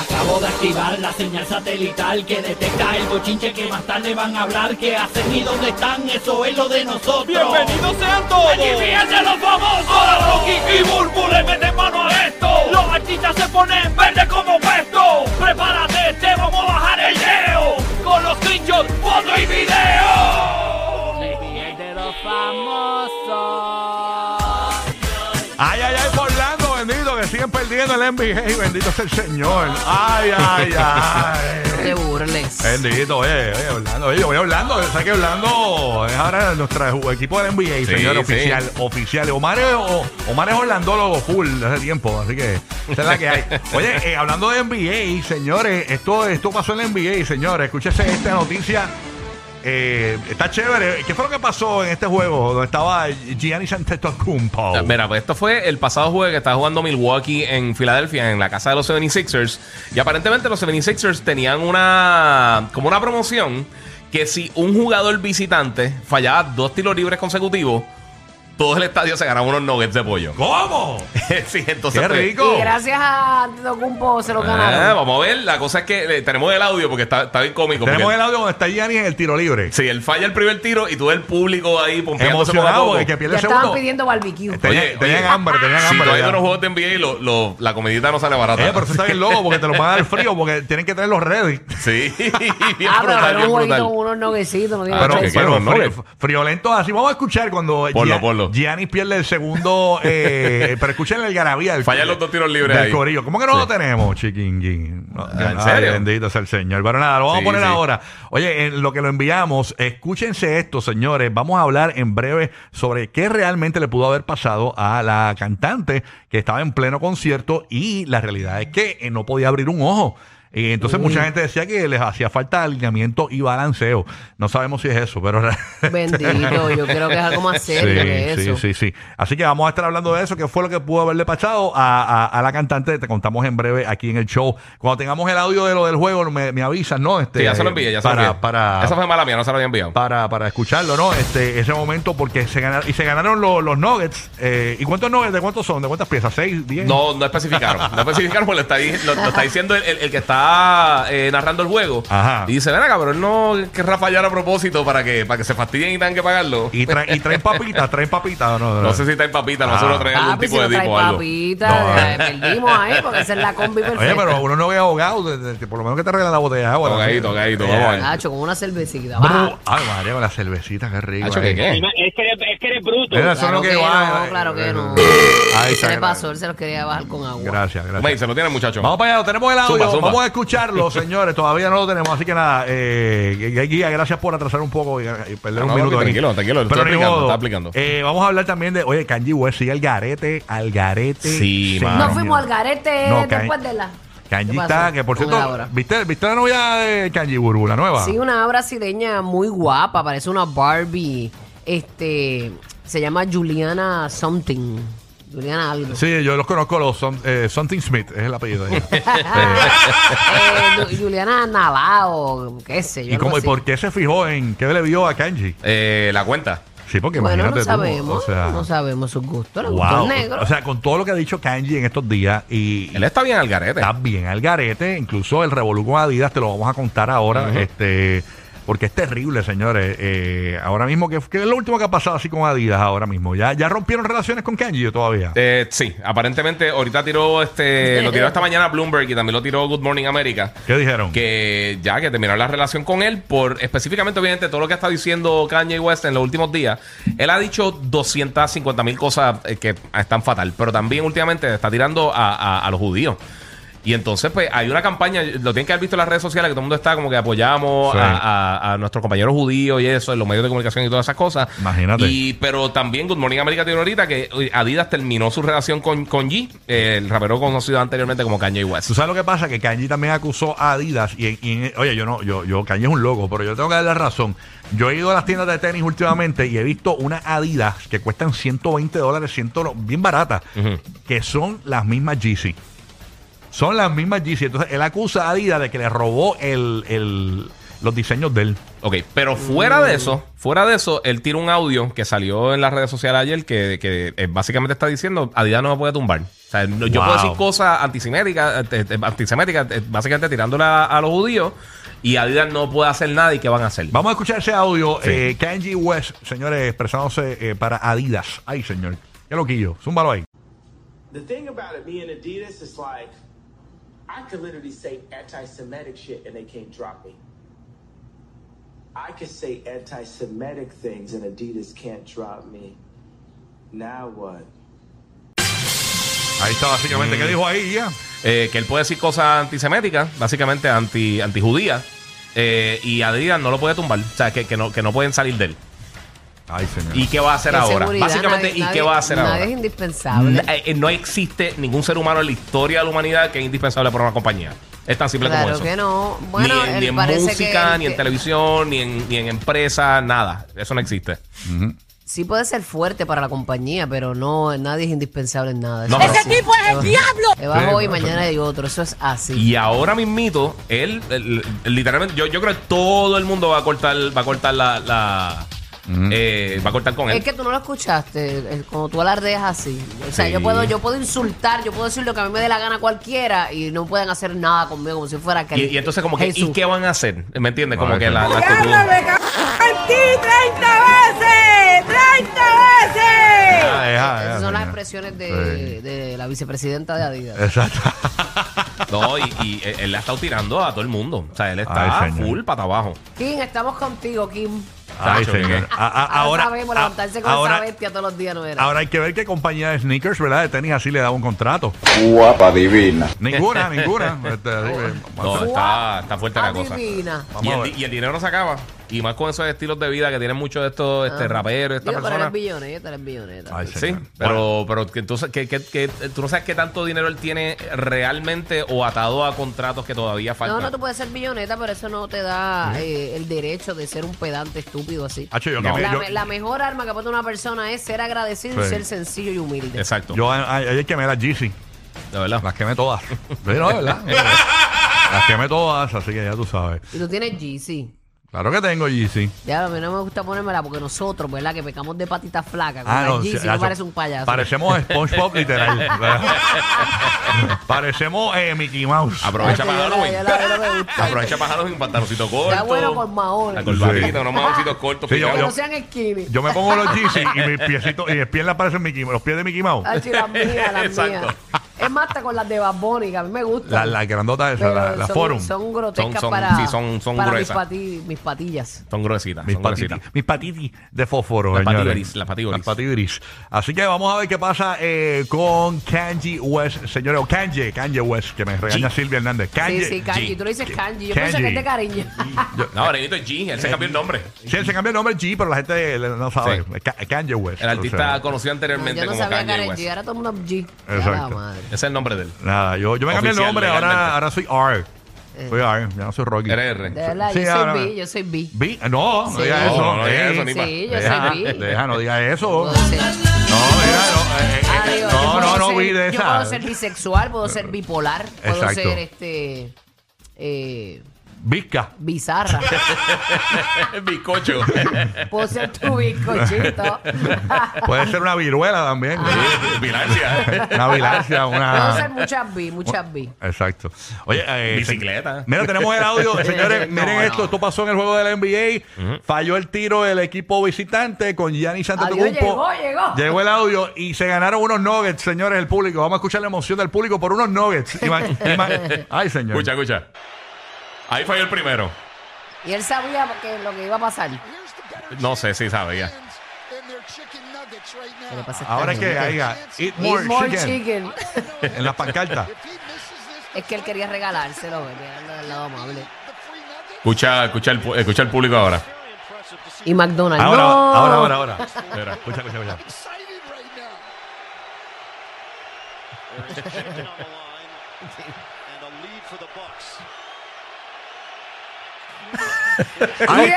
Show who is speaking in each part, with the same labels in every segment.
Speaker 1: Acabo de activar la señal satelital que detecta el bochinche que más tarde van a hablar. ¿Qué hacen y dónde están? Eso es lo de nosotros.
Speaker 2: ¡Bienvenidos sean todos!
Speaker 1: ¡Aquí fíjense los famosos!
Speaker 2: Ahora Rocky y Burbu le meten mano a esto. Los artistas se ponen verde como puesto. Prepárate, te vamos a bajar el leo. Con los trinchos, foto y video.
Speaker 1: de los famosos.
Speaker 3: Ay, ay, ay, por Orlando, bendito, que siguen perdiendo el NBA, bendito es el Señor. Ay, ay,
Speaker 4: No
Speaker 3: ay.
Speaker 4: te burles.
Speaker 3: Bendito, oye, oye, Orlando, oye, voy Orlando, o sea que Orlando es ahora nuestro ju- equipo del NBA, señor,
Speaker 5: sí.
Speaker 3: oficial, oficial. Omar es, o- Omar es orlandólogo full de hace tiempo, así que esa es la que hay. Oye, eh, hablando de NBA, señores, esto, esto pasó en la NBA, señores, escúchese esta noticia. eh, está chévere. ¿Qué fue lo que pasó en este juego donde estaba Giannis Antetokounmpo?
Speaker 5: Ah, Mira, pues esto fue el pasado juego que estaba jugando Milwaukee en Filadelfia, en la casa de los 76ers. Y aparentemente los 76ers tenían una como una promoción que si un jugador visitante fallaba dos tiros libres consecutivos, todo el estadio se ganaba unos nuggets de pollo.
Speaker 3: ¿Cómo?
Speaker 5: sí, entonces.
Speaker 3: ¡Qué
Speaker 5: pues,
Speaker 3: rico!
Speaker 4: Y gracias a Antetokounmpo se lo
Speaker 5: ah,
Speaker 4: ganaron.
Speaker 5: vamos a ver, la cosa es que eh, tenemos el audio porque está, está bien cómico.
Speaker 3: Tenemos
Speaker 5: porque-
Speaker 3: el audio donde está Giannis en el tiro libre.
Speaker 5: Sí, él falla el primer tiro y todo el público ahí pompeándose poco a
Speaker 3: Emocionado
Speaker 5: poco.
Speaker 3: porque el que
Speaker 4: Ya
Speaker 3: pierde el
Speaker 4: estaban
Speaker 3: segundo.
Speaker 4: pidiendo barbecue.
Speaker 3: Tenían,
Speaker 5: Oye,
Speaker 3: tenían
Speaker 5: oye,
Speaker 3: hambre, tenían
Speaker 5: Si
Speaker 3: hambre.
Speaker 5: todavía
Speaker 3: ya.
Speaker 5: no los juegos de NBA, lo, lo- la comidita no sale barata.
Speaker 3: Oye, Eh, pero eso está bien loco porque te lo van a dar frío porque tienen que tener los ready.
Speaker 5: Sí, bien
Speaker 4: Ah, pero era
Speaker 5: brutal,
Speaker 4: un
Speaker 5: bien
Speaker 4: jueguito
Speaker 5: brutal.
Speaker 4: con unos noguecitos. No tiene
Speaker 5: Ah,
Speaker 3: Pero,
Speaker 4: mucho
Speaker 5: ok,
Speaker 4: que-
Speaker 5: qué
Speaker 3: pero
Speaker 5: bueno,
Speaker 3: fri-
Speaker 5: ¿no?
Speaker 3: friolentos así. Vamos a escuchar cuando
Speaker 5: Ponlo,
Speaker 3: Gia-
Speaker 5: ponlo.
Speaker 3: Giannis pierde el segundo. eh, pero escuchen el garabía. del-
Speaker 5: Fallan los dos tiros libres
Speaker 3: Del
Speaker 5: ahí.
Speaker 3: corillo. ¿Cómo que no
Speaker 5: Sí.
Speaker 3: lo tenemos, chiquinguín? No,
Speaker 5: Ah, ¿en
Speaker 3: ay,
Speaker 5: serio?
Speaker 3: Bendito sea el Señor. Pero nada, lo vamos
Speaker 5: Sí,
Speaker 3: a poner
Speaker 5: sí.
Speaker 3: ahora. Oye, en lo que lo enviamos, escúchense esto, señores. Vamos a hablar en breve sobre qué realmente le pudo haber pasado a la cantante que estaba en pleno concierto y la realidad es que eh, no podía abrir un ojo. Y entonces
Speaker 4: Mm.
Speaker 3: mucha gente decía que les hacía falta alineamiento y balanceo. No sabemos si es eso, pero
Speaker 4: Bendito, yo creo que es algo más
Speaker 3: Sí,
Speaker 4: serio que
Speaker 3: sí,
Speaker 4: eso.
Speaker 3: sí, sí. Así que vamos a estar hablando de eso, que fue lo que pudo haberle pasado a, a- a la cantante. Te contamos en breve aquí en el show. Cuando tengamos el audio de lo del juego, me, me avisas, ¿no? Este,
Speaker 5: Sí, ya se lo envié, ya se lo
Speaker 3: para,
Speaker 5: envié.
Speaker 3: Para,
Speaker 5: Esa fue mala mía, no se la había enviado.
Speaker 3: para, para escucharlo, ¿no? Este, ese momento, porque se ganaron, y se ganaron lo- los nuggets. eh, ¿Y cuántos nuggets? ¿De cuántos son? ¿De cuántas piezas? ¿Seis? ¿Diez?
Speaker 5: No, no especificaron. No especificaron porque lo está, di- lo- lo está diciendo el, el- el que está eh, narrando el juego.
Speaker 3: Ajá.
Speaker 5: Y dice, ven acá, pero él no querrá fallar a propósito para que, para que se fastidien y tengan que pagarlo.
Speaker 3: Y, traen y traen papitas, traen papitas. ¿o No,
Speaker 5: No sé si está en papita, no sé si lo trae algún
Speaker 4: Papi, si
Speaker 5: tipo de
Speaker 4: no trae
Speaker 5: tipo o algo.
Speaker 4: papita,
Speaker 3: No.
Speaker 4: eh, perdimos ahí porque esa es la combi perfecta.
Speaker 3: Oye, pero uno no ve ahogado, de- de- de- por lo menos que te regalen la botella de agua. Eh,
Speaker 5: Tocadito, tocadito, vamos a ver.
Speaker 4: Nacho, con una cervecita.
Speaker 3: Bru-
Speaker 4: va.
Speaker 3: Ay, María, con la cervecita, qué rico.
Speaker 5: Nacho, ¿qué
Speaker 3: eh.
Speaker 5: qué?
Speaker 2: Es que eres, es que eres bruto.
Speaker 3: Mira, eso
Speaker 4: Claro
Speaker 3: es lo que
Speaker 4: que
Speaker 3: va,
Speaker 4: no,
Speaker 3: eh,
Speaker 4: claro que
Speaker 3: eh,
Speaker 4: no.
Speaker 3: Ahí
Speaker 4: Se
Speaker 3: está,
Speaker 4: le
Speaker 3: gra-
Speaker 4: pasó, él se lo quería bajar con agua.
Speaker 3: Gracias, gracias.
Speaker 5: Me, se lo tiene el muchacho.
Speaker 3: Vamos para allá, tenemos el audio,
Speaker 5: Zumba, zumba.
Speaker 3: vamos a escucharlo, señores, todavía no lo tenemos, así que nada, eh, guía, gracias por atrasar un poco y, y perder
Speaker 5: No,
Speaker 3: un
Speaker 5: no,
Speaker 3: minuto
Speaker 5: papi,
Speaker 3: aquí.
Speaker 5: tranquilo, tranquilo, lo
Speaker 3: Pero
Speaker 5: estoy
Speaker 3: ni
Speaker 5: aplicando,
Speaker 3: modo.
Speaker 5: está aplicando.
Speaker 3: Eh, vamos a hablar también de, oye, Kanji West sigue al garete, al garete.
Speaker 5: Sí,
Speaker 3: señor.
Speaker 5: mano.
Speaker 4: Nos fuimos al garete
Speaker 3: No,
Speaker 4: después
Speaker 3: Kan-
Speaker 4: de la.
Speaker 3: Kanji
Speaker 4: ¿Qué
Speaker 3: está,
Speaker 4: pasó
Speaker 3: que por
Speaker 4: con
Speaker 3: cierto,
Speaker 4: él ahora?
Speaker 3: ¿viste, ¿viste la novia de Kanji Burbu, la nueva?
Speaker 4: Sí, una brasileña muy guapa, parece una Barbie. Este, se llama Juliana something. Juliana algo.
Speaker 3: Sí, yo los conozco, los son- eh, Something Smith, es el apellido. de ella. Eh,
Speaker 4: Eh, Ju- Juliana Nalao, qué sé yo.
Speaker 3: ¿Y,
Speaker 4: algo
Speaker 3: cómo, ¿Y
Speaker 4: así.
Speaker 3: por qué se fijó en qué le vio a Kanji?
Speaker 5: Eh, la cuenta.
Speaker 3: Sí, porque
Speaker 4: Bueno,
Speaker 3: imagínate
Speaker 4: no
Speaker 3: tú,
Speaker 4: sabemos,
Speaker 3: o sea-
Speaker 4: no sabemos sus gustos, los
Speaker 3: Wow.
Speaker 4: gustos negros.
Speaker 3: O sea, con todo lo que ha dicho Kanji en estos días y
Speaker 5: Él está bien al garete.
Speaker 3: está bien al garete, incluso el revolú con Adidas te lo vamos a contar ahora,
Speaker 5: Ujú.
Speaker 3: este porque es terrible, señores. Eh, ahora mismo, ¿qué, qué es lo último que ha pasado así con Adidas ahora mismo? ¿Ya, ya rompieron relaciones con Kanji o todavía?
Speaker 5: Eh, sí, aparentemente ahorita tiró este, lo tiró esta mañana Bloomberg y también lo tiró Good Morning America.
Speaker 3: ¿Qué dijeron?
Speaker 5: Que ya que terminaron la relación con él por específicamente, obviamente, todo lo que está diciendo Kanye West en los últimos días. Él ha dicho 250 mil cosas eh, que están fatal, pero también últimamente está tirando a, a- a los judíos. Y entonces, pues, hay una campaña, lo tienen que haber visto en las redes sociales, que todo el mundo está como que apoyamos
Speaker 3: Sí.
Speaker 5: a, a- a nuestros compañeros judíos y eso, en los medios de comunicación y todas esas cosas.
Speaker 3: Imagínate.
Speaker 5: Y y- pero también Good Morning America tiene ahorita que uy, Adidas terminó su relación con, con G, eh, el rapero conocido anteriormente como Kanye West.
Speaker 3: ¿Tú sabes lo que pasa? Que Kanji también acusó a Adidas y, en- y en- oye, yo no, yo, yo, Kanji es un loco, pero yo tengo que darle la razón. Yo he ido a las tiendas de tenis últimamente y he visto unas Adidas que cuestan 120 dólares, 100, no- bien baratas,
Speaker 5: Ujú.
Speaker 3: que son las mismas Yeezy. Son las mismas Yeezy. Entonces, él acusa a Adidas de que le robó el, el, los diseños de él.
Speaker 5: Ok, pero fuera de eso, fuera de eso, él tira un audio que salió en las redes sociales ayer que, que, eh, básicamente está diciendo Adidas no me puede tumbar. O sea, no- yo
Speaker 3: Wow.
Speaker 5: puedo decir cosas antiseméticas, eh, eh, antiseméticas, eh, básicamente tirándole a, a los judíos y Adidas no puede hacer nada y qué van a hacer.
Speaker 3: Vamos a escuchar ese audio.
Speaker 5: Sí.
Speaker 3: eh, Kanye West, señores, expresándose eh, para Adidas. Ay, señor. Qué loquillo. Zúmbalo ahí.
Speaker 6: The thing about it being Adidas is like, I could literally say anti-Semitic shit and they can't drop me. I could say anti-Semitic things and Adidas can't drop me. Now what?
Speaker 3: Ahí está básicamente. ¿Qué dijo ahí, ya?
Speaker 5: Eh, que él puede decir cosas antiseméticas, básicamente anti, antijudías, eh, y Adidas no lo puede tumbar. O sea, que, que no, que no pueden salir de él.
Speaker 3: Ay, señor.
Speaker 5: ¿Y qué va a hacer
Speaker 4: Qué
Speaker 5: ahora?
Speaker 4: seguridad,
Speaker 5: Básicamente,
Speaker 4: nadie-
Speaker 5: ¿y qué
Speaker 4: nadie-
Speaker 5: va a hacer ahora?
Speaker 4: Nadie es indispensable.
Speaker 5: Na- eh, no existe ningún ser humano en la historia de la humanidad que es indispensable para una compañía. Es tan simple como
Speaker 4: Claro
Speaker 5: eso.
Speaker 4: que no. Bueno,
Speaker 5: ni en,
Speaker 4: él
Speaker 5: ni en
Speaker 4: parece
Speaker 5: música,
Speaker 4: que-
Speaker 5: ni en
Speaker 4: que-
Speaker 5: televisión, ni en, ni en empresa, nada. Eso no existe.
Speaker 4: Sí puede ser fuerte para la compañía, pero no, nadie es indispensable en nada. Eso
Speaker 5: No, no.
Speaker 4: es así.
Speaker 5: Ese
Speaker 4: Te va- Te vas
Speaker 3: Sí,
Speaker 4: hoy,
Speaker 3: no,
Speaker 4: mañana hay otro. Eso es así.
Speaker 5: Y ahora mismito, él, él, él, literalmente, yo, yo creo que todo el mundo va a cortar, va a cortar la, la-
Speaker 3: Mm.
Speaker 5: eh, va a cortar con él.
Speaker 4: Es que tú no lo escuchaste, el- cuando tú alardeas así. O sea,
Speaker 5: Sí.
Speaker 4: yo puedo yo puedo insultar, yo puedo decir lo que a mí me dé la gana a cualquiera y no pueden hacer nada conmigo como si fuera que
Speaker 5: y, y entonces como que, ¿y qué van a hacer? ¿Me entiendes? Como
Speaker 3: Vale.
Speaker 5: que la, la actitud.
Speaker 7: ¡Diablo, me cago en ti 30 veces! ¡30 veces!
Speaker 3: Deja, deja, deja,
Speaker 4: Eh, Esas
Speaker 5: Ah,
Speaker 4: son las
Speaker 3: señor.
Speaker 4: expresiones de,
Speaker 3: Sí.
Speaker 4: de la vicepresidenta de
Speaker 5: Eh.
Speaker 4: Adidas.
Speaker 3: Exacto.
Speaker 5: No, y, y eh, él, él la ha estado tirando a todo el mundo. O sea, él está
Speaker 3: Ay, señor.
Speaker 5: full pata abajo.
Speaker 4: Kim, estamos contigo, Kim.
Speaker 3: Ay,
Speaker 5: Sacho, ¿qué?
Speaker 3: señor. A- a-
Speaker 4: ahora
Speaker 3: ahora,
Speaker 4: sabemos
Speaker 3: a-
Speaker 4: levantarse con
Speaker 3: ahora-
Speaker 4: esa bestia todos los días, ¿no era?
Speaker 3: ahora hay que ver qué compañía de sneakers, ¿verdad? De tenis así le da un contrato.
Speaker 8: Guapa divina.
Speaker 3: Ninguna, ninguna. Este, así que-
Speaker 5: No, está, está fuerte
Speaker 4: Ah,
Speaker 5: la cosa.
Speaker 4: Adivina.
Speaker 5: Y
Speaker 3: Vamos a
Speaker 5: el,
Speaker 3: ver.
Speaker 5: di- y el dinero no se acaba. Y más con esos estilos de vida que tienen muchos de estos este,
Speaker 4: Ah.
Speaker 5: raperos, estas
Speaker 4: Digo, pero eres
Speaker 5: personas.
Speaker 4: billoneta, eres billoneta.
Speaker 3: Ay,
Speaker 5: Sí,
Speaker 3: señor. Bueno,
Speaker 5: pero, pero que entonces, que, que- que tú no sabes qué tanto dinero él tiene realmente o atado a contratos que todavía faltan.
Speaker 4: No, no, tú puedes ser billoneta, pero eso no te da eh, el derecho de ser un pedante estúpido así.
Speaker 3: Hacho, Ah, yo que
Speaker 5: No.
Speaker 3: me-
Speaker 4: La,
Speaker 3: yo-
Speaker 4: me- la mejor arma que puede tener una persona es ser agradecido y
Speaker 3: Sí.
Speaker 4: ser sencillo y humilde.
Speaker 5: Exacto.
Speaker 3: yo a- a- ayer quemé las Yeezy.
Speaker 5: de verdad.
Speaker 3: Las quemé todas. Sí, no, de verdad. Las quemé todas, así que ya tú sabes.
Speaker 4: Y tú tienes GC.
Speaker 3: Claro que tengo Yeezy.
Speaker 4: Ya, a mí no me gusta ponérmela porque nosotros, ¿verdad? Que pecamos de patitas flacas. Con
Speaker 3: Ah,
Speaker 4: la
Speaker 3: no,
Speaker 4: GC
Speaker 3: sí,
Speaker 4: no
Speaker 3: Hacho,
Speaker 4: parece un payaso.
Speaker 3: Parecemos SpongeBob literal. parecemos eh, Mickey Mouse.
Speaker 5: Aprovecha
Speaker 4: Hacho,
Speaker 5: para
Speaker 4: yo la-
Speaker 5: Halloween.
Speaker 4: yo la- yo la- me gusta.
Speaker 5: Aprovecha para Halloween, pantaloncito corto.
Speaker 4: Está bueno con
Speaker 5: La
Speaker 4: maones.
Speaker 5: corbatita,
Speaker 3: Sí.
Speaker 5: unos maoncitos cortos.
Speaker 3: Sí, yo-
Speaker 4: Que
Speaker 5: picados.
Speaker 4: no sean skinny.
Speaker 3: Yo me pongo los Yeezy y mis piecitos y mis piernas parecen Mickey, los pies de Mickey Mouse.
Speaker 4: Ay, sí, las mías, las
Speaker 5: Exacto.
Speaker 4: mías. Es más, hasta con las de Bad Bunny, que a mí me gustan.
Speaker 3: La, la grandota esa,
Speaker 4: Pero
Speaker 3: la, la
Speaker 4: son,
Speaker 3: Forum.
Speaker 4: Son grotescas
Speaker 5: Son- son-
Speaker 4: para,
Speaker 5: sí, son- son
Speaker 4: para mis,
Speaker 5: gruesas.
Speaker 4: pati- mis patillas.
Speaker 5: Son gruesitas.
Speaker 3: Mis
Speaker 5: son gruesitas.
Speaker 3: patitis, mis patitis de fósforo.
Speaker 5: Las
Speaker 3: señores.
Speaker 5: patibiris, las patibiris.
Speaker 3: Las patibiris. Así que vamos a ver qué pasa eh, con Kanji West, señores. O Kanye, Kanye West, que me regaña Silvia Hernández. Kanye.
Speaker 4: sí, sí, kanji.
Speaker 5: G.
Speaker 4: Tú le dices kanji. Yo
Speaker 3: Kanji.
Speaker 4: pensé que es de cariño.
Speaker 5: No, ahora es G, él se cambió el nombre.
Speaker 3: Sí, él se cambió el nombre G, pero la gente eh, no sabe. Ka- Kanye West.
Speaker 5: El artista
Speaker 3: o sea,
Speaker 5: conocido anteriormente
Speaker 4: yo no
Speaker 5: como pues.
Speaker 4: sabía
Speaker 5: Kanye
Speaker 4: Karen
Speaker 5: West.
Speaker 4: G. Ahora todo el mundo G. Ya la
Speaker 3: Exacto.
Speaker 4: madre.
Speaker 5: Ese es el nombre de él.
Speaker 3: Nada, yo, yo me cambié el
Speaker 5: Oficial,
Speaker 3: nombre, ahora,
Speaker 5: legalmente.
Speaker 3: ahora soy R.
Speaker 4: Eh.
Speaker 3: Soy R, ya no soy Rocky.
Speaker 5: Eres
Speaker 4: De
Speaker 5: R.
Speaker 4: verdad,
Speaker 3: Sí,
Speaker 4: yo
Speaker 3: ahora-
Speaker 4: soy B. Yo soy B.
Speaker 3: Vi- No, no
Speaker 4: Sí.
Speaker 3: digas
Speaker 4: No,
Speaker 3: eso.
Speaker 5: no, no digas
Speaker 3: Eh,
Speaker 5: eso, ni pa-
Speaker 4: Sí, yo
Speaker 3: Deja,
Speaker 4: soy B.
Speaker 3: deja, no digas eso.
Speaker 4: Puedo ser-
Speaker 3: No, mira, no, eh, eh,
Speaker 4: Ah,
Speaker 3: eh,
Speaker 4: digo, yo
Speaker 3: no, no,
Speaker 4: puedo
Speaker 3: no
Speaker 4: ser-
Speaker 3: vi de
Speaker 4: Yo puedo
Speaker 3: esa.
Speaker 4: ser bisexual, puedo ser bipolar, puedo
Speaker 3: Exacto.
Speaker 4: ser este. Eh,
Speaker 3: Vizca.
Speaker 4: bizarra.
Speaker 5: Bizcocho.
Speaker 4: puedo ser tu bizcochito.
Speaker 3: Puede ser una viruela también.
Speaker 5: Bilancia.
Speaker 3: Una vilancia,
Speaker 4: puedo ser
Speaker 3: una.
Speaker 4: muchas B, muchas B.
Speaker 3: Exacto. Oye, eh,
Speaker 5: Bicicleta.
Speaker 3: se- Mira, tenemos el audio. Señores,
Speaker 4: No,
Speaker 3: miren
Speaker 4: no.
Speaker 3: esto. Esto pasó en el juego de la NBA. Falló el tiro del equipo visitante con Gianni Antetokounmpo.
Speaker 4: Adiós, llegó, llegó.
Speaker 3: Llegó el audio y se ganaron unos nuggets, señores, el público. Vamos a escuchar la emoción del público por unos nuggets. Ima- ima- Ay, señor.
Speaker 5: Escucha, escucha. Ahí falló el primero.
Speaker 4: Y él sabía porque lo que iba a pasar. Lo
Speaker 5: No sé si sabía.
Speaker 4: que pasa es que-
Speaker 3: Ahora es que haya eat
Speaker 4: Eat
Speaker 3: more,
Speaker 4: more
Speaker 3: chicken,
Speaker 4: chicken.
Speaker 3: en las pancartas.
Speaker 4: Es que él quería regalárselo, ve, mirando del lado amable.
Speaker 5: Escucha, escucha, el, pu- escucha el público ahora.
Speaker 4: Y McDonald's.
Speaker 3: Ahora,
Speaker 4: ¡No!
Speaker 3: ahora, ahora, ahora.
Speaker 5: Espera.
Speaker 3: Escucha, escucha, escucha. Ay,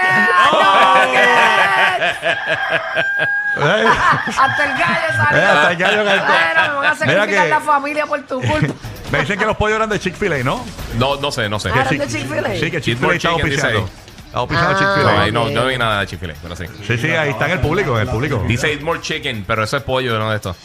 Speaker 4: Hasta el gallo salió.
Speaker 3: Eh,
Speaker 5: Ah.
Speaker 3: hasta el gallo cantó.
Speaker 4: Bueno, me van a sacrificar
Speaker 3: Mira que-
Speaker 4: la familia por tu culpa.
Speaker 3: Me dicen que los pollos eran de Chick-fil-A, ¿no?
Speaker 5: No, no sé, no sé.
Speaker 4: Ahora-
Speaker 3: Sí,
Speaker 4: ¿Eran de Chick-fil-A?
Speaker 3: Sí, que
Speaker 5: Eat
Speaker 3: Chick-fil-A
Speaker 5: more
Speaker 3: está
Speaker 5: chicken, dice ahí.
Speaker 3: oficiando. Estamos pisando
Speaker 4: Ah.
Speaker 5: No,
Speaker 3: Chick-fil-A.
Speaker 5: ahí no,
Speaker 4: ok.
Speaker 5: no vi nada de chifile, pero sí.
Speaker 3: Sí, sí, ahí está en el público, en el público.
Speaker 5: Dice Eat More Chicken, pero eso es pollo, no de esto.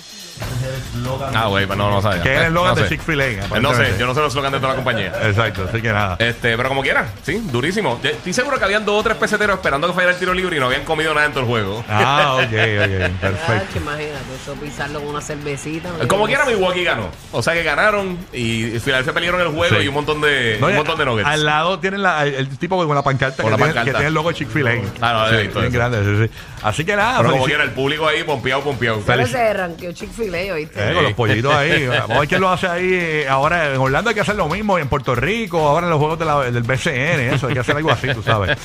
Speaker 5: Ah, güey, pero no, no sabía.
Speaker 3: Que es el eslogan
Speaker 5: No
Speaker 3: de
Speaker 5: sé.
Speaker 3: Chick-fil-A.
Speaker 5: No sé, yo no sé los slogans de toda la compañía.
Speaker 3: Exacto, así que nada.
Speaker 5: Este, pero como quieran, sí, durísimo. Yo Estoy seguro que habían dos o tres peseteros esperando que fallara el tiro libre y no habían comido nada en todo el juego.
Speaker 3: Ah, ok, ok,
Speaker 4: Ah,
Speaker 3: perfecto. Eh,
Speaker 4: que imagínate, eso pisarlo con una cervecita.
Speaker 5: Como
Speaker 4: mira,
Speaker 5: quiera, Milwaukee ganó. O sea que ganaron y Filadelfia pelearon el juego
Speaker 3: Sí.
Speaker 5: y un montón de,
Speaker 3: No,
Speaker 5: un
Speaker 3: y
Speaker 5: montón de nuggets.
Speaker 3: Al lado tienen la- el tipo con la pancarta, que,
Speaker 5: Con la
Speaker 3: tiene,
Speaker 5: pancarta.
Speaker 3: que tiene el logo de Chick-fil-A.
Speaker 5: Ah, no, he
Speaker 3: sí,
Speaker 5: visto
Speaker 3: bien
Speaker 5: eso.
Speaker 3: grande, sí, sí. Así que
Speaker 4: Ah,
Speaker 3: nada,
Speaker 5: pero como
Speaker 3: felici-
Speaker 5: quiera, el público ahí, pompeado, pompeado.
Speaker 4: Pero
Speaker 3: felici-
Speaker 4: se ranqueó Chick-fil-A, ¿oíste?
Speaker 3: Eh, con los pollitos ahí. Vamos a ver quién lo hace ahí. eh, Ahora en Orlando hay que hacer lo mismo, en Puerto Rico, ahora en los juegos de la- del BCN, eso, hay que hacer algo así, tú sabes.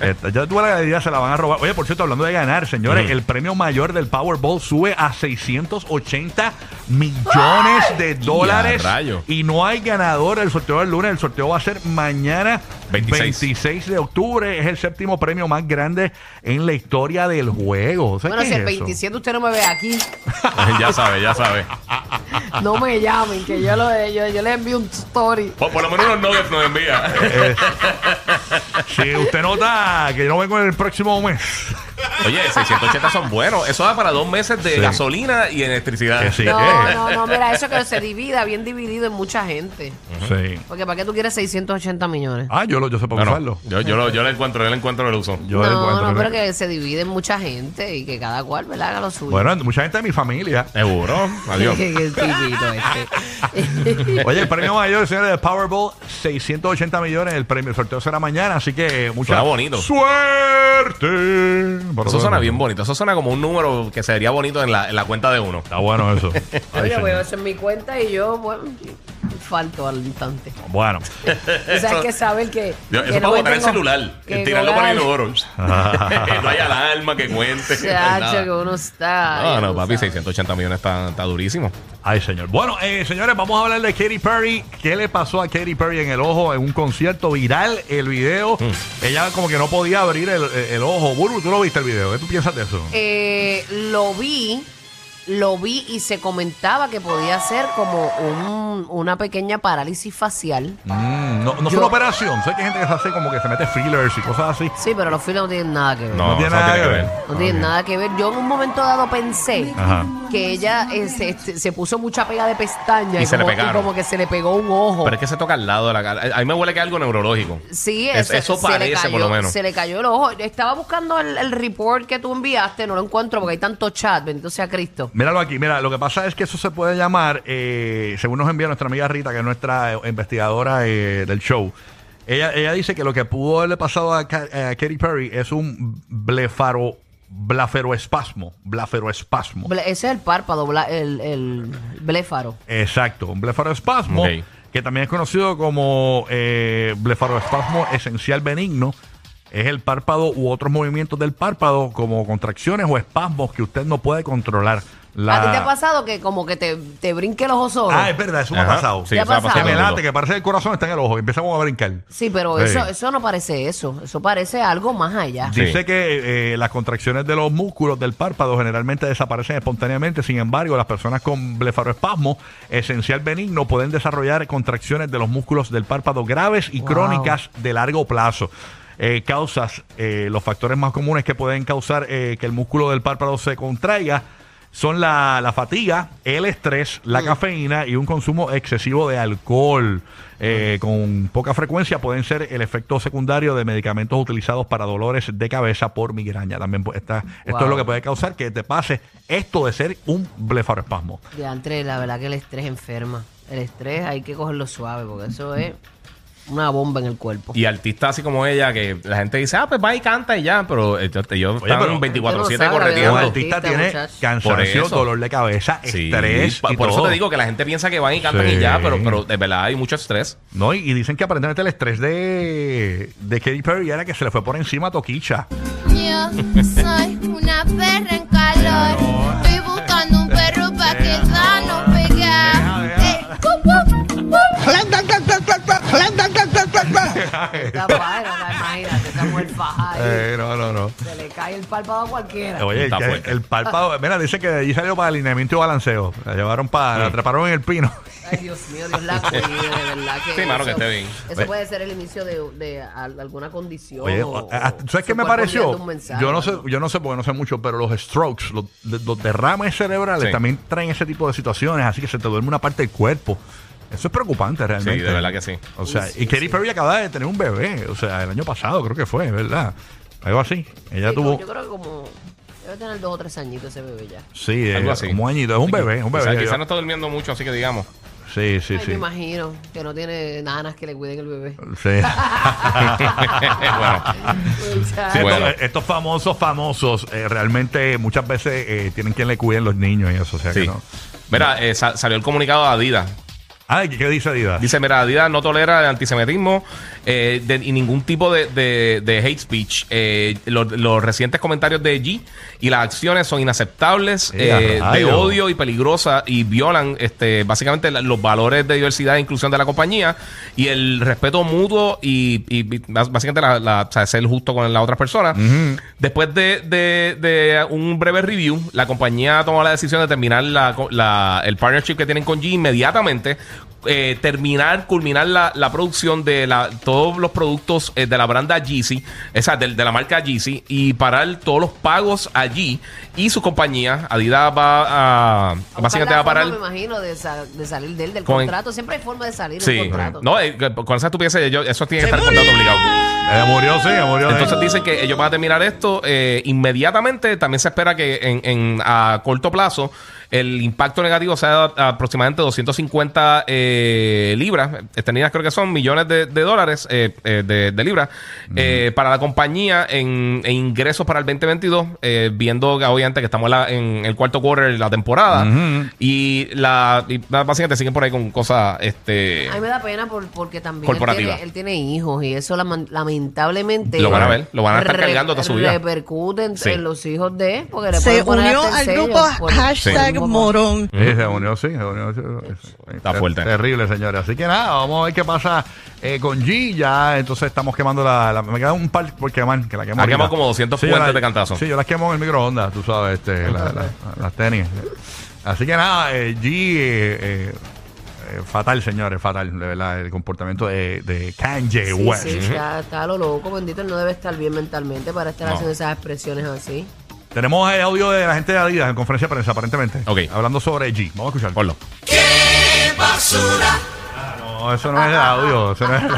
Speaker 3: Este, ya tú la galería se la van a robar. Oye, por cierto, hablando de ganar, señores, el premio mayor del Powerball sube a 680 millones de dólares.
Speaker 5: rayo.
Speaker 3: Y no hay ganador del sorteo del lunes, el sorteo va a ser mañana
Speaker 5: 26.
Speaker 3: 26 de octubre. Es el séptimo premio más grande en la historia del juego. ¿Sabes
Speaker 4: Bueno,
Speaker 3: qué
Speaker 4: si
Speaker 3: es
Speaker 4: el
Speaker 3: eso?
Speaker 4: 27 usted no me ve aquí,
Speaker 5: ya sabe, ya sabe.
Speaker 4: no me llamen, que yo, lo, yo, yo le envío un story.
Speaker 5: Por, por lo menos unos nuggets nos envía.
Speaker 3: Si usted nota que yo no vengo en el próximo mes.
Speaker 5: Oye, 680 son buenos. Eso da para dos meses de
Speaker 3: Sí.
Speaker 5: gasolina y electricidad.
Speaker 3: Que sí,
Speaker 4: No,
Speaker 3: que-
Speaker 4: no, no, mira, eso que se divida, bien dividido en mucha gente.
Speaker 3: Sí.
Speaker 4: Porque ¿para qué tú quieres 680 millones?
Speaker 3: Ah, yo, lo, yo sé para
Speaker 5: No, no,
Speaker 3: usarlo.
Speaker 5: Yo, yo, lo, yo lo encuentro, yo lo encuentro el uso.
Speaker 3: Yo le
Speaker 4: no,
Speaker 3: cuento,
Speaker 4: no,
Speaker 3: le-
Speaker 4: pero que se divide en mucha gente y que cada cual, ¿verdad? Haga lo suyo.
Speaker 3: Bueno, mucha gente de mi familia.
Speaker 5: Seguro. Adiós.
Speaker 4: Que el pillito este.
Speaker 3: Oye, el premio mayor, señores, de Powerball, 680 millones. El premio, el sorteo será mañana, así que mucha
Speaker 5: Suena bonito.
Speaker 3: suerte. Pero
Speaker 5: Eso suena
Speaker 3: bueno,
Speaker 5: bien bonito. Eso suena como un número que se vería bonito en la, en la cuenta de uno.
Speaker 3: Está bueno eso.
Speaker 4: Yo voy a
Speaker 3: Ay, señor.
Speaker 4: hacer mi cuenta y yo, bueno, falto al instante.
Speaker 3: bueno.
Speaker 4: O sea, hay que saber que.
Speaker 5: Yo-
Speaker 4: que
Speaker 5: eso
Speaker 4: no me
Speaker 5: para botar el
Speaker 4: tengo
Speaker 5: celular.
Speaker 4: que
Speaker 5: el tirarlo para
Speaker 4: colgar.
Speaker 5: el inodoro. no hay alarma que cuente. no hay nada.
Speaker 4: Chacho, que uno está.
Speaker 5: No,
Speaker 4: ya
Speaker 5: no,
Speaker 4: tú
Speaker 5: papi,
Speaker 4: sabes.
Speaker 5: 680 millones está, está durísimo.
Speaker 3: Ay, señor. Bueno, eh, señores, vamos a hablar de Katy Perry. ¿Qué le pasó a Katy Perry en el ojo en un concierto viral? El video. Ella como que no podía abrir el, el ojo. Burbu, tú lo viste el video. ¿Qué tú piensas de eso?
Speaker 4: Eh, lo vi, lo vi y se comentaba que podía ser como un- una pequeña parálisis facial.
Speaker 3: Mm, no no es
Speaker 4: Yo-
Speaker 3: una operación. Sé que hay gente que se hace como que se mete fillers y cosas así.
Speaker 4: Sí, pero los filos no tienen nada que ver.
Speaker 5: No,
Speaker 3: No, tiene
Speaker 5: eso no
Speaker 3: nada que
Speaker 5: tiene que
Speaker 3: ver.
Speaker 4: No tienen nada que ver. Yo en un momento dado pensé
Speaker 3: Ajá.
Speaker 4: que ella eh, se, se- se puso mucha pega de pestaña
Speaker 5: Y se le
Speaker 4: como,
Speaker 5: pegaron.
Speaker 4: como que se le pegó un ojo.
Speaker 5: Pero es que se toca al lado de la cara. A mí me huele que es algo neurológico.
Speaker 4: Sí,
Speaker 5: Es-
Speaker 4: ese-
Speaker 5: eso
Speaker 4: se le
Speaker 5: parece,
Speaker 4: cayó-
Speaker 5: por lo menos.
Speaker 4: Se le cayó el ojo. Estaba buscando el, el report que tú enviaste, no lo encuentro porque hay tanto chat, bendito sea Cristo.
Speaker 3: Míralo aquí, mira, lo que pasa es que eso se puede llamar, eh, según nos envía nuestra amiga Rita, que es nuestra eh, investigadora eh, del show, ella, ella dice que lo que pudo haberle pasado a, Ka- a Katy Perry es un blefaro, blaferoespasmo, blaferoespasmo.
Speaker 4: Ble- Ese es el párpado, bla- el, el bléfaro.
Speaker 3: Exacto, un blefaroespasmo,
Speaker 5: Ok.
Speaker 3: que también es conocido como eh, blefaroespasmo esencial benigno. Es el párpado u otros movimientos del párpado, como contracciones o espasmos que usted no puede controlar. La...
Speaker 4: ¿A ti te ha pasado que como que te, te brinque el ojo solo?
Speaker 3: Ah, es verdad, eso me ha
Speaker 5: Ajá.
Speaker 3: pasado.
Speaker 5: Sí,
Speaker 4: ¿Te ha
Speaker 5: eso le ha pasado
Speaker 3: Que
Speaker 5: a todo
Speaker 3: me
Speaker 5: el
Speaker 3: late,
Speaker 5: mundo.
Speaker 3: que parece que el corazón está en el ojo y empezamos a brincar.
Speaker 4: Sí, pero
Speaker 3: Sí.
Speaker 4: Eso, eso no parece eso. Eso parece algo más allá.
Speaker 5: Sí.
Speaker 3: Dice que eh, las contracciones de los músculos del párpado generalmente desaparecen espontáneamente. Sin embargo, las personas con blefaroespasmo esencial benigno pueden desarrollar contracciones de los músculos del párpado graves y
Speaker 4: Wow.
Speaker 3: crónicas de largo plazo. Eh, causas, eh, los factores más comunes que pueden causar eh, que el músculo del párpado se contraiga son la, la fatiga, el estrés,
Speaker 5: Mm.
Speaker 3: la cafeína y un consumo excesivo de alcohol.
Speaker 5: Mm.
Speaker 3: Eh, con poca frecuencia pueden ser el efecto secundario de medicamentos utilizados para dolores de cabeza por migraña. También pu- está, esto
Speaker 4: Wow.
Speaker 3: es lo que puede causar que te pase esto de ser un blefaroespasmo.
Speaker 4: De antes, la verdad que el estrés enferma. El estrés hay que cogerlo suave porque eso es una bomba en el cuerpo.
Speaker 5: Y artistas así como ella, que la gente dice, ah, pues va y canta y ya, pero eh, ellos, ellos
Speaker 3: Oye, pero-
Speaker 5: están 24-7
Speaker 4: Pero no sabe,
Speaker 3: Un
Speaker 4: Claro.
Speaker 5: correteando.
Speaker 4: ¿verdad?
Speaker 3: artista
Speaker 4: Artista,
Speaker 3: tiene
Speaker 4: muchacho.
Speaker 3: cansancio,
Speaker 5: Por eso.
Speaker 3: dolor de cabeza,
Speaker 5: Sí,
Speaker 3: estrés.
Speaker 5: pa-
Speaker 3: y
Speaker 5: por eso
Speaker 3: todo.
Speaker 5: te digo que la gente piensa que van y cantan
Speaker 3: Sí.
Speaker 5: y ya, pero, pero de verdad hay mucho estrés.
Speaker 3: No, y, y dicen que aparentemente el estrés de, de Katy Perry era que se le fue por encima a Toquicha.
Speaker 8: Yo soy una perra en calor. Estoy buscando un perro para que no pegar. Eh, cup, cup, cup.
Speaker 4: Está padre, o sea, imagínate, esa mujer el faja ahí.
Speaker 3: Eh, no, no, no.
Speaker 4: Se le cae el párpado a cualquiera.
Speaker 3: Oye, el,
Speaker 5: Está
Speaker 3: que-
Speaker 5: fuerte. Ah.
Speaker 3: el párpado, mira, dice que de allí salió para alineamiento y balanceo. La llevaron para, la atraparon en el pino.
Speaker 4: Ay, Dios mío, Dios la cuide, de verdad que.
Speaker 5: Sí, mano, que
Speaker 4: eso-
Speaker 5: esté bien.
Speaker 4: Eso puede ser el inicio de, de al- alguna condición.
Speaker 3: Oye,
Speaker 4: o-
Speaker 3: a- a-
Speaker 4: su
Speaker 3: ¿sabes qué me
Speaker 4: cuerpo
Speaker 3: pareció?
Speaker 4: enviando un mensaje,
Speaker 3: yo no sé,
Speaker 4: mano.
Speaker 3: yo no sé porque no sé mucho, pero los strokes, los, de- los derrames cerebrales
Speaker 5: Sí.
Speaker 3: también traen ese tipo de situaciones, así que se te duerme una parte del cuerpo. Eso es preocupante realmente.
Speaker 5: de verdad que sí.
Speaker 3: O sea, y Katy Perry acaba de tener un bebé, o sea, el año pasado creo que fue, ¿verdad? Algo así. Ella
Speaker 4: Sí,
Speaker 3: tuvo
Speaker 4: Yo creo que como. Debe tener dos o tres añitos ese bebé ya.
Speaker 3: sí, eh,
Speaker 5: Algo así.
Speaker 3: como un añito, es un bebé, es un
Speaker 5: O sea,
Speaker 3: bebé.
Speaker 5: quizás no está durmiendo mucho, así que digamos.
Speaker 3: Sí, sí,
Speaker 4: Ay,
Speaker 3: sí.
Speaker 4: me imagino que no tiene nanas que le cuiden el bebé.
Speaker 3: Sí.
Speaker 5: bueno,
Speaker 4: O sea,
Speaker 5: Sí,
Speaker 3: Estos-
Speaker 5: bueno.
Speaker 3: eh, Estos famosos, famosos, eh, realmente muchas veces eh, tienen quien le cuiden los niños y eso, o sea que
Speaker 5: sí.
Speaker 3: no.
Speaker 5: Mira, eh, sa- salió el comunicado de Adidas.
Speaker 3: Ay, ¿qué- ¿qué dice Adidas?
Speaker 5: Dice, mira, Adidas no tolera el antisemitismo eh, de- y ningún tipo de, de- de hate speech. Eh, los, los recientes comentarios de G y las acciones son inaceptables,
Speaker 3: Sí,
Speaker 5: eh,
Speaker 3: a
Speaker 5: de
Speaker 3: rayos.
Speaker 5: odio y peligrosas y violan este, básicamente la- los valores de diversidad e inclusión de la compañía y el respeto mutuo y, y bas- básicamente la, la- o sea, ser justo con la otra persona. Después de, de- de un breve review, la compañía tomó la decisión de terminar la, la- el partnership que tienen con G inmediatamente eh, terminar, culminar la, la producción de la- todos los productos eh, de la branda Yeezy, o sea, del- de, la marca Yeezy, y parar todos los pagos allí. Y su compañía, Adidas, va a.
Speaker 4: a buscar
Speaker 5: básicamente
Speaker 4: la
Speaker 5: va a parar.
Speaker 4: forma, me imagino, de, sa- de salir de él, del
Speaker 5: Con-
Speaker 4: contrato. Siempre hay forma de salir
Speaker 5: Sí,
Speaker 4: del contrato.
Speaker 5: no, eh, con esa estupidez, ellos- eso tiene que estar contando obligado.
Speaker 3: Ella Eh, murió, sí, ella murió.
Speaker 5: Entonces
Speaker 3: dice
Speaker 5: dicen que ellos van a terminar esto eh, inmediatamente. También se espera que en, en- a corto plazo el impacto negativo sea de aproximadamente 250 eh, libras, extendidas creo que son millones de, de dólares, eh, eh, de, de libras, eh, para la compañía en, en ingresos para el 2022, eh, viendo que obviamente que estamos en la- en el cuarto quarter de la temporada y la y básicamente siguen por ahí con cosas... este
Speaker 4: A mí me da pena por- porque también
Speaker 5: Corporativa.
Speaker 4: Él, tiene, él tiene hijos y eso laman- lamentablemente
Speaker 5: Lo van a ver, lo van a estar cargando toda su vida.
Speaker 4: Repercute en,
Speaker 5: Sí.
Speaker 4: en los hijos de él porque le
Speaker 9: Se
Speaker 4: pueden poner
Speaker 9: unió
Speaker 4: hasta
Speaker 9: al
Speaker 4: el sello
Speaker 9: grupo
Speaker 4: por-
Speaker 9: hashtag
Speaker 4: por-
Speaker 9: morón.
Speaker 3: se murió, sí, se murió, sí.
Speaker 5: Está fuerte.
Speaker 3: Terrible, señores. Así que nada, vamos a ver qué pasa eh, con G. Ya, entonces estamos quemando la. la- me queda un par por quemar, que la quemamos.
Speaker 5: Ha quemado como 200 puentes de cantazo.
Speaker 3: Sí, yo las quemo en el microondas, tú sabes, este, la- la- las tenis. Así que nada, eh, G. eh, eh, eh, fatal, señores, fatal, de verdad, el comportamiento de, de Kanye
Speaker 4: Sí,
Speaker 3: West.
Speaker 4: sí, está, está a lo loco, bendito, él no debe estar bien mentalmente para estar
Speaker 5: No.
Speaker 4: haciendo esas expresiones así.
Speaker 3: Tenemos el audio de la gente de Adidas en conferencia de prensa, aparentemente.
Speaker 5: Ok.
Speaker 3: Hablando sobre G. Vamos a escuchar.
Speaker 5: Ponlo.
Speaker 3: Ah, no, eso no es el audio. Eso no es el,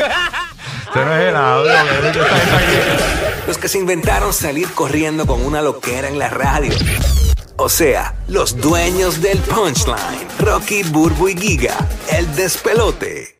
Speaker 3: eso no es el audio. que es lo que está- está aquí.
Speaker 10: Los que se inventaron salir corriendo con una loquera en la radio. O sea, los dueños del punchline. Rocky, Burbu y Giga. El despelote.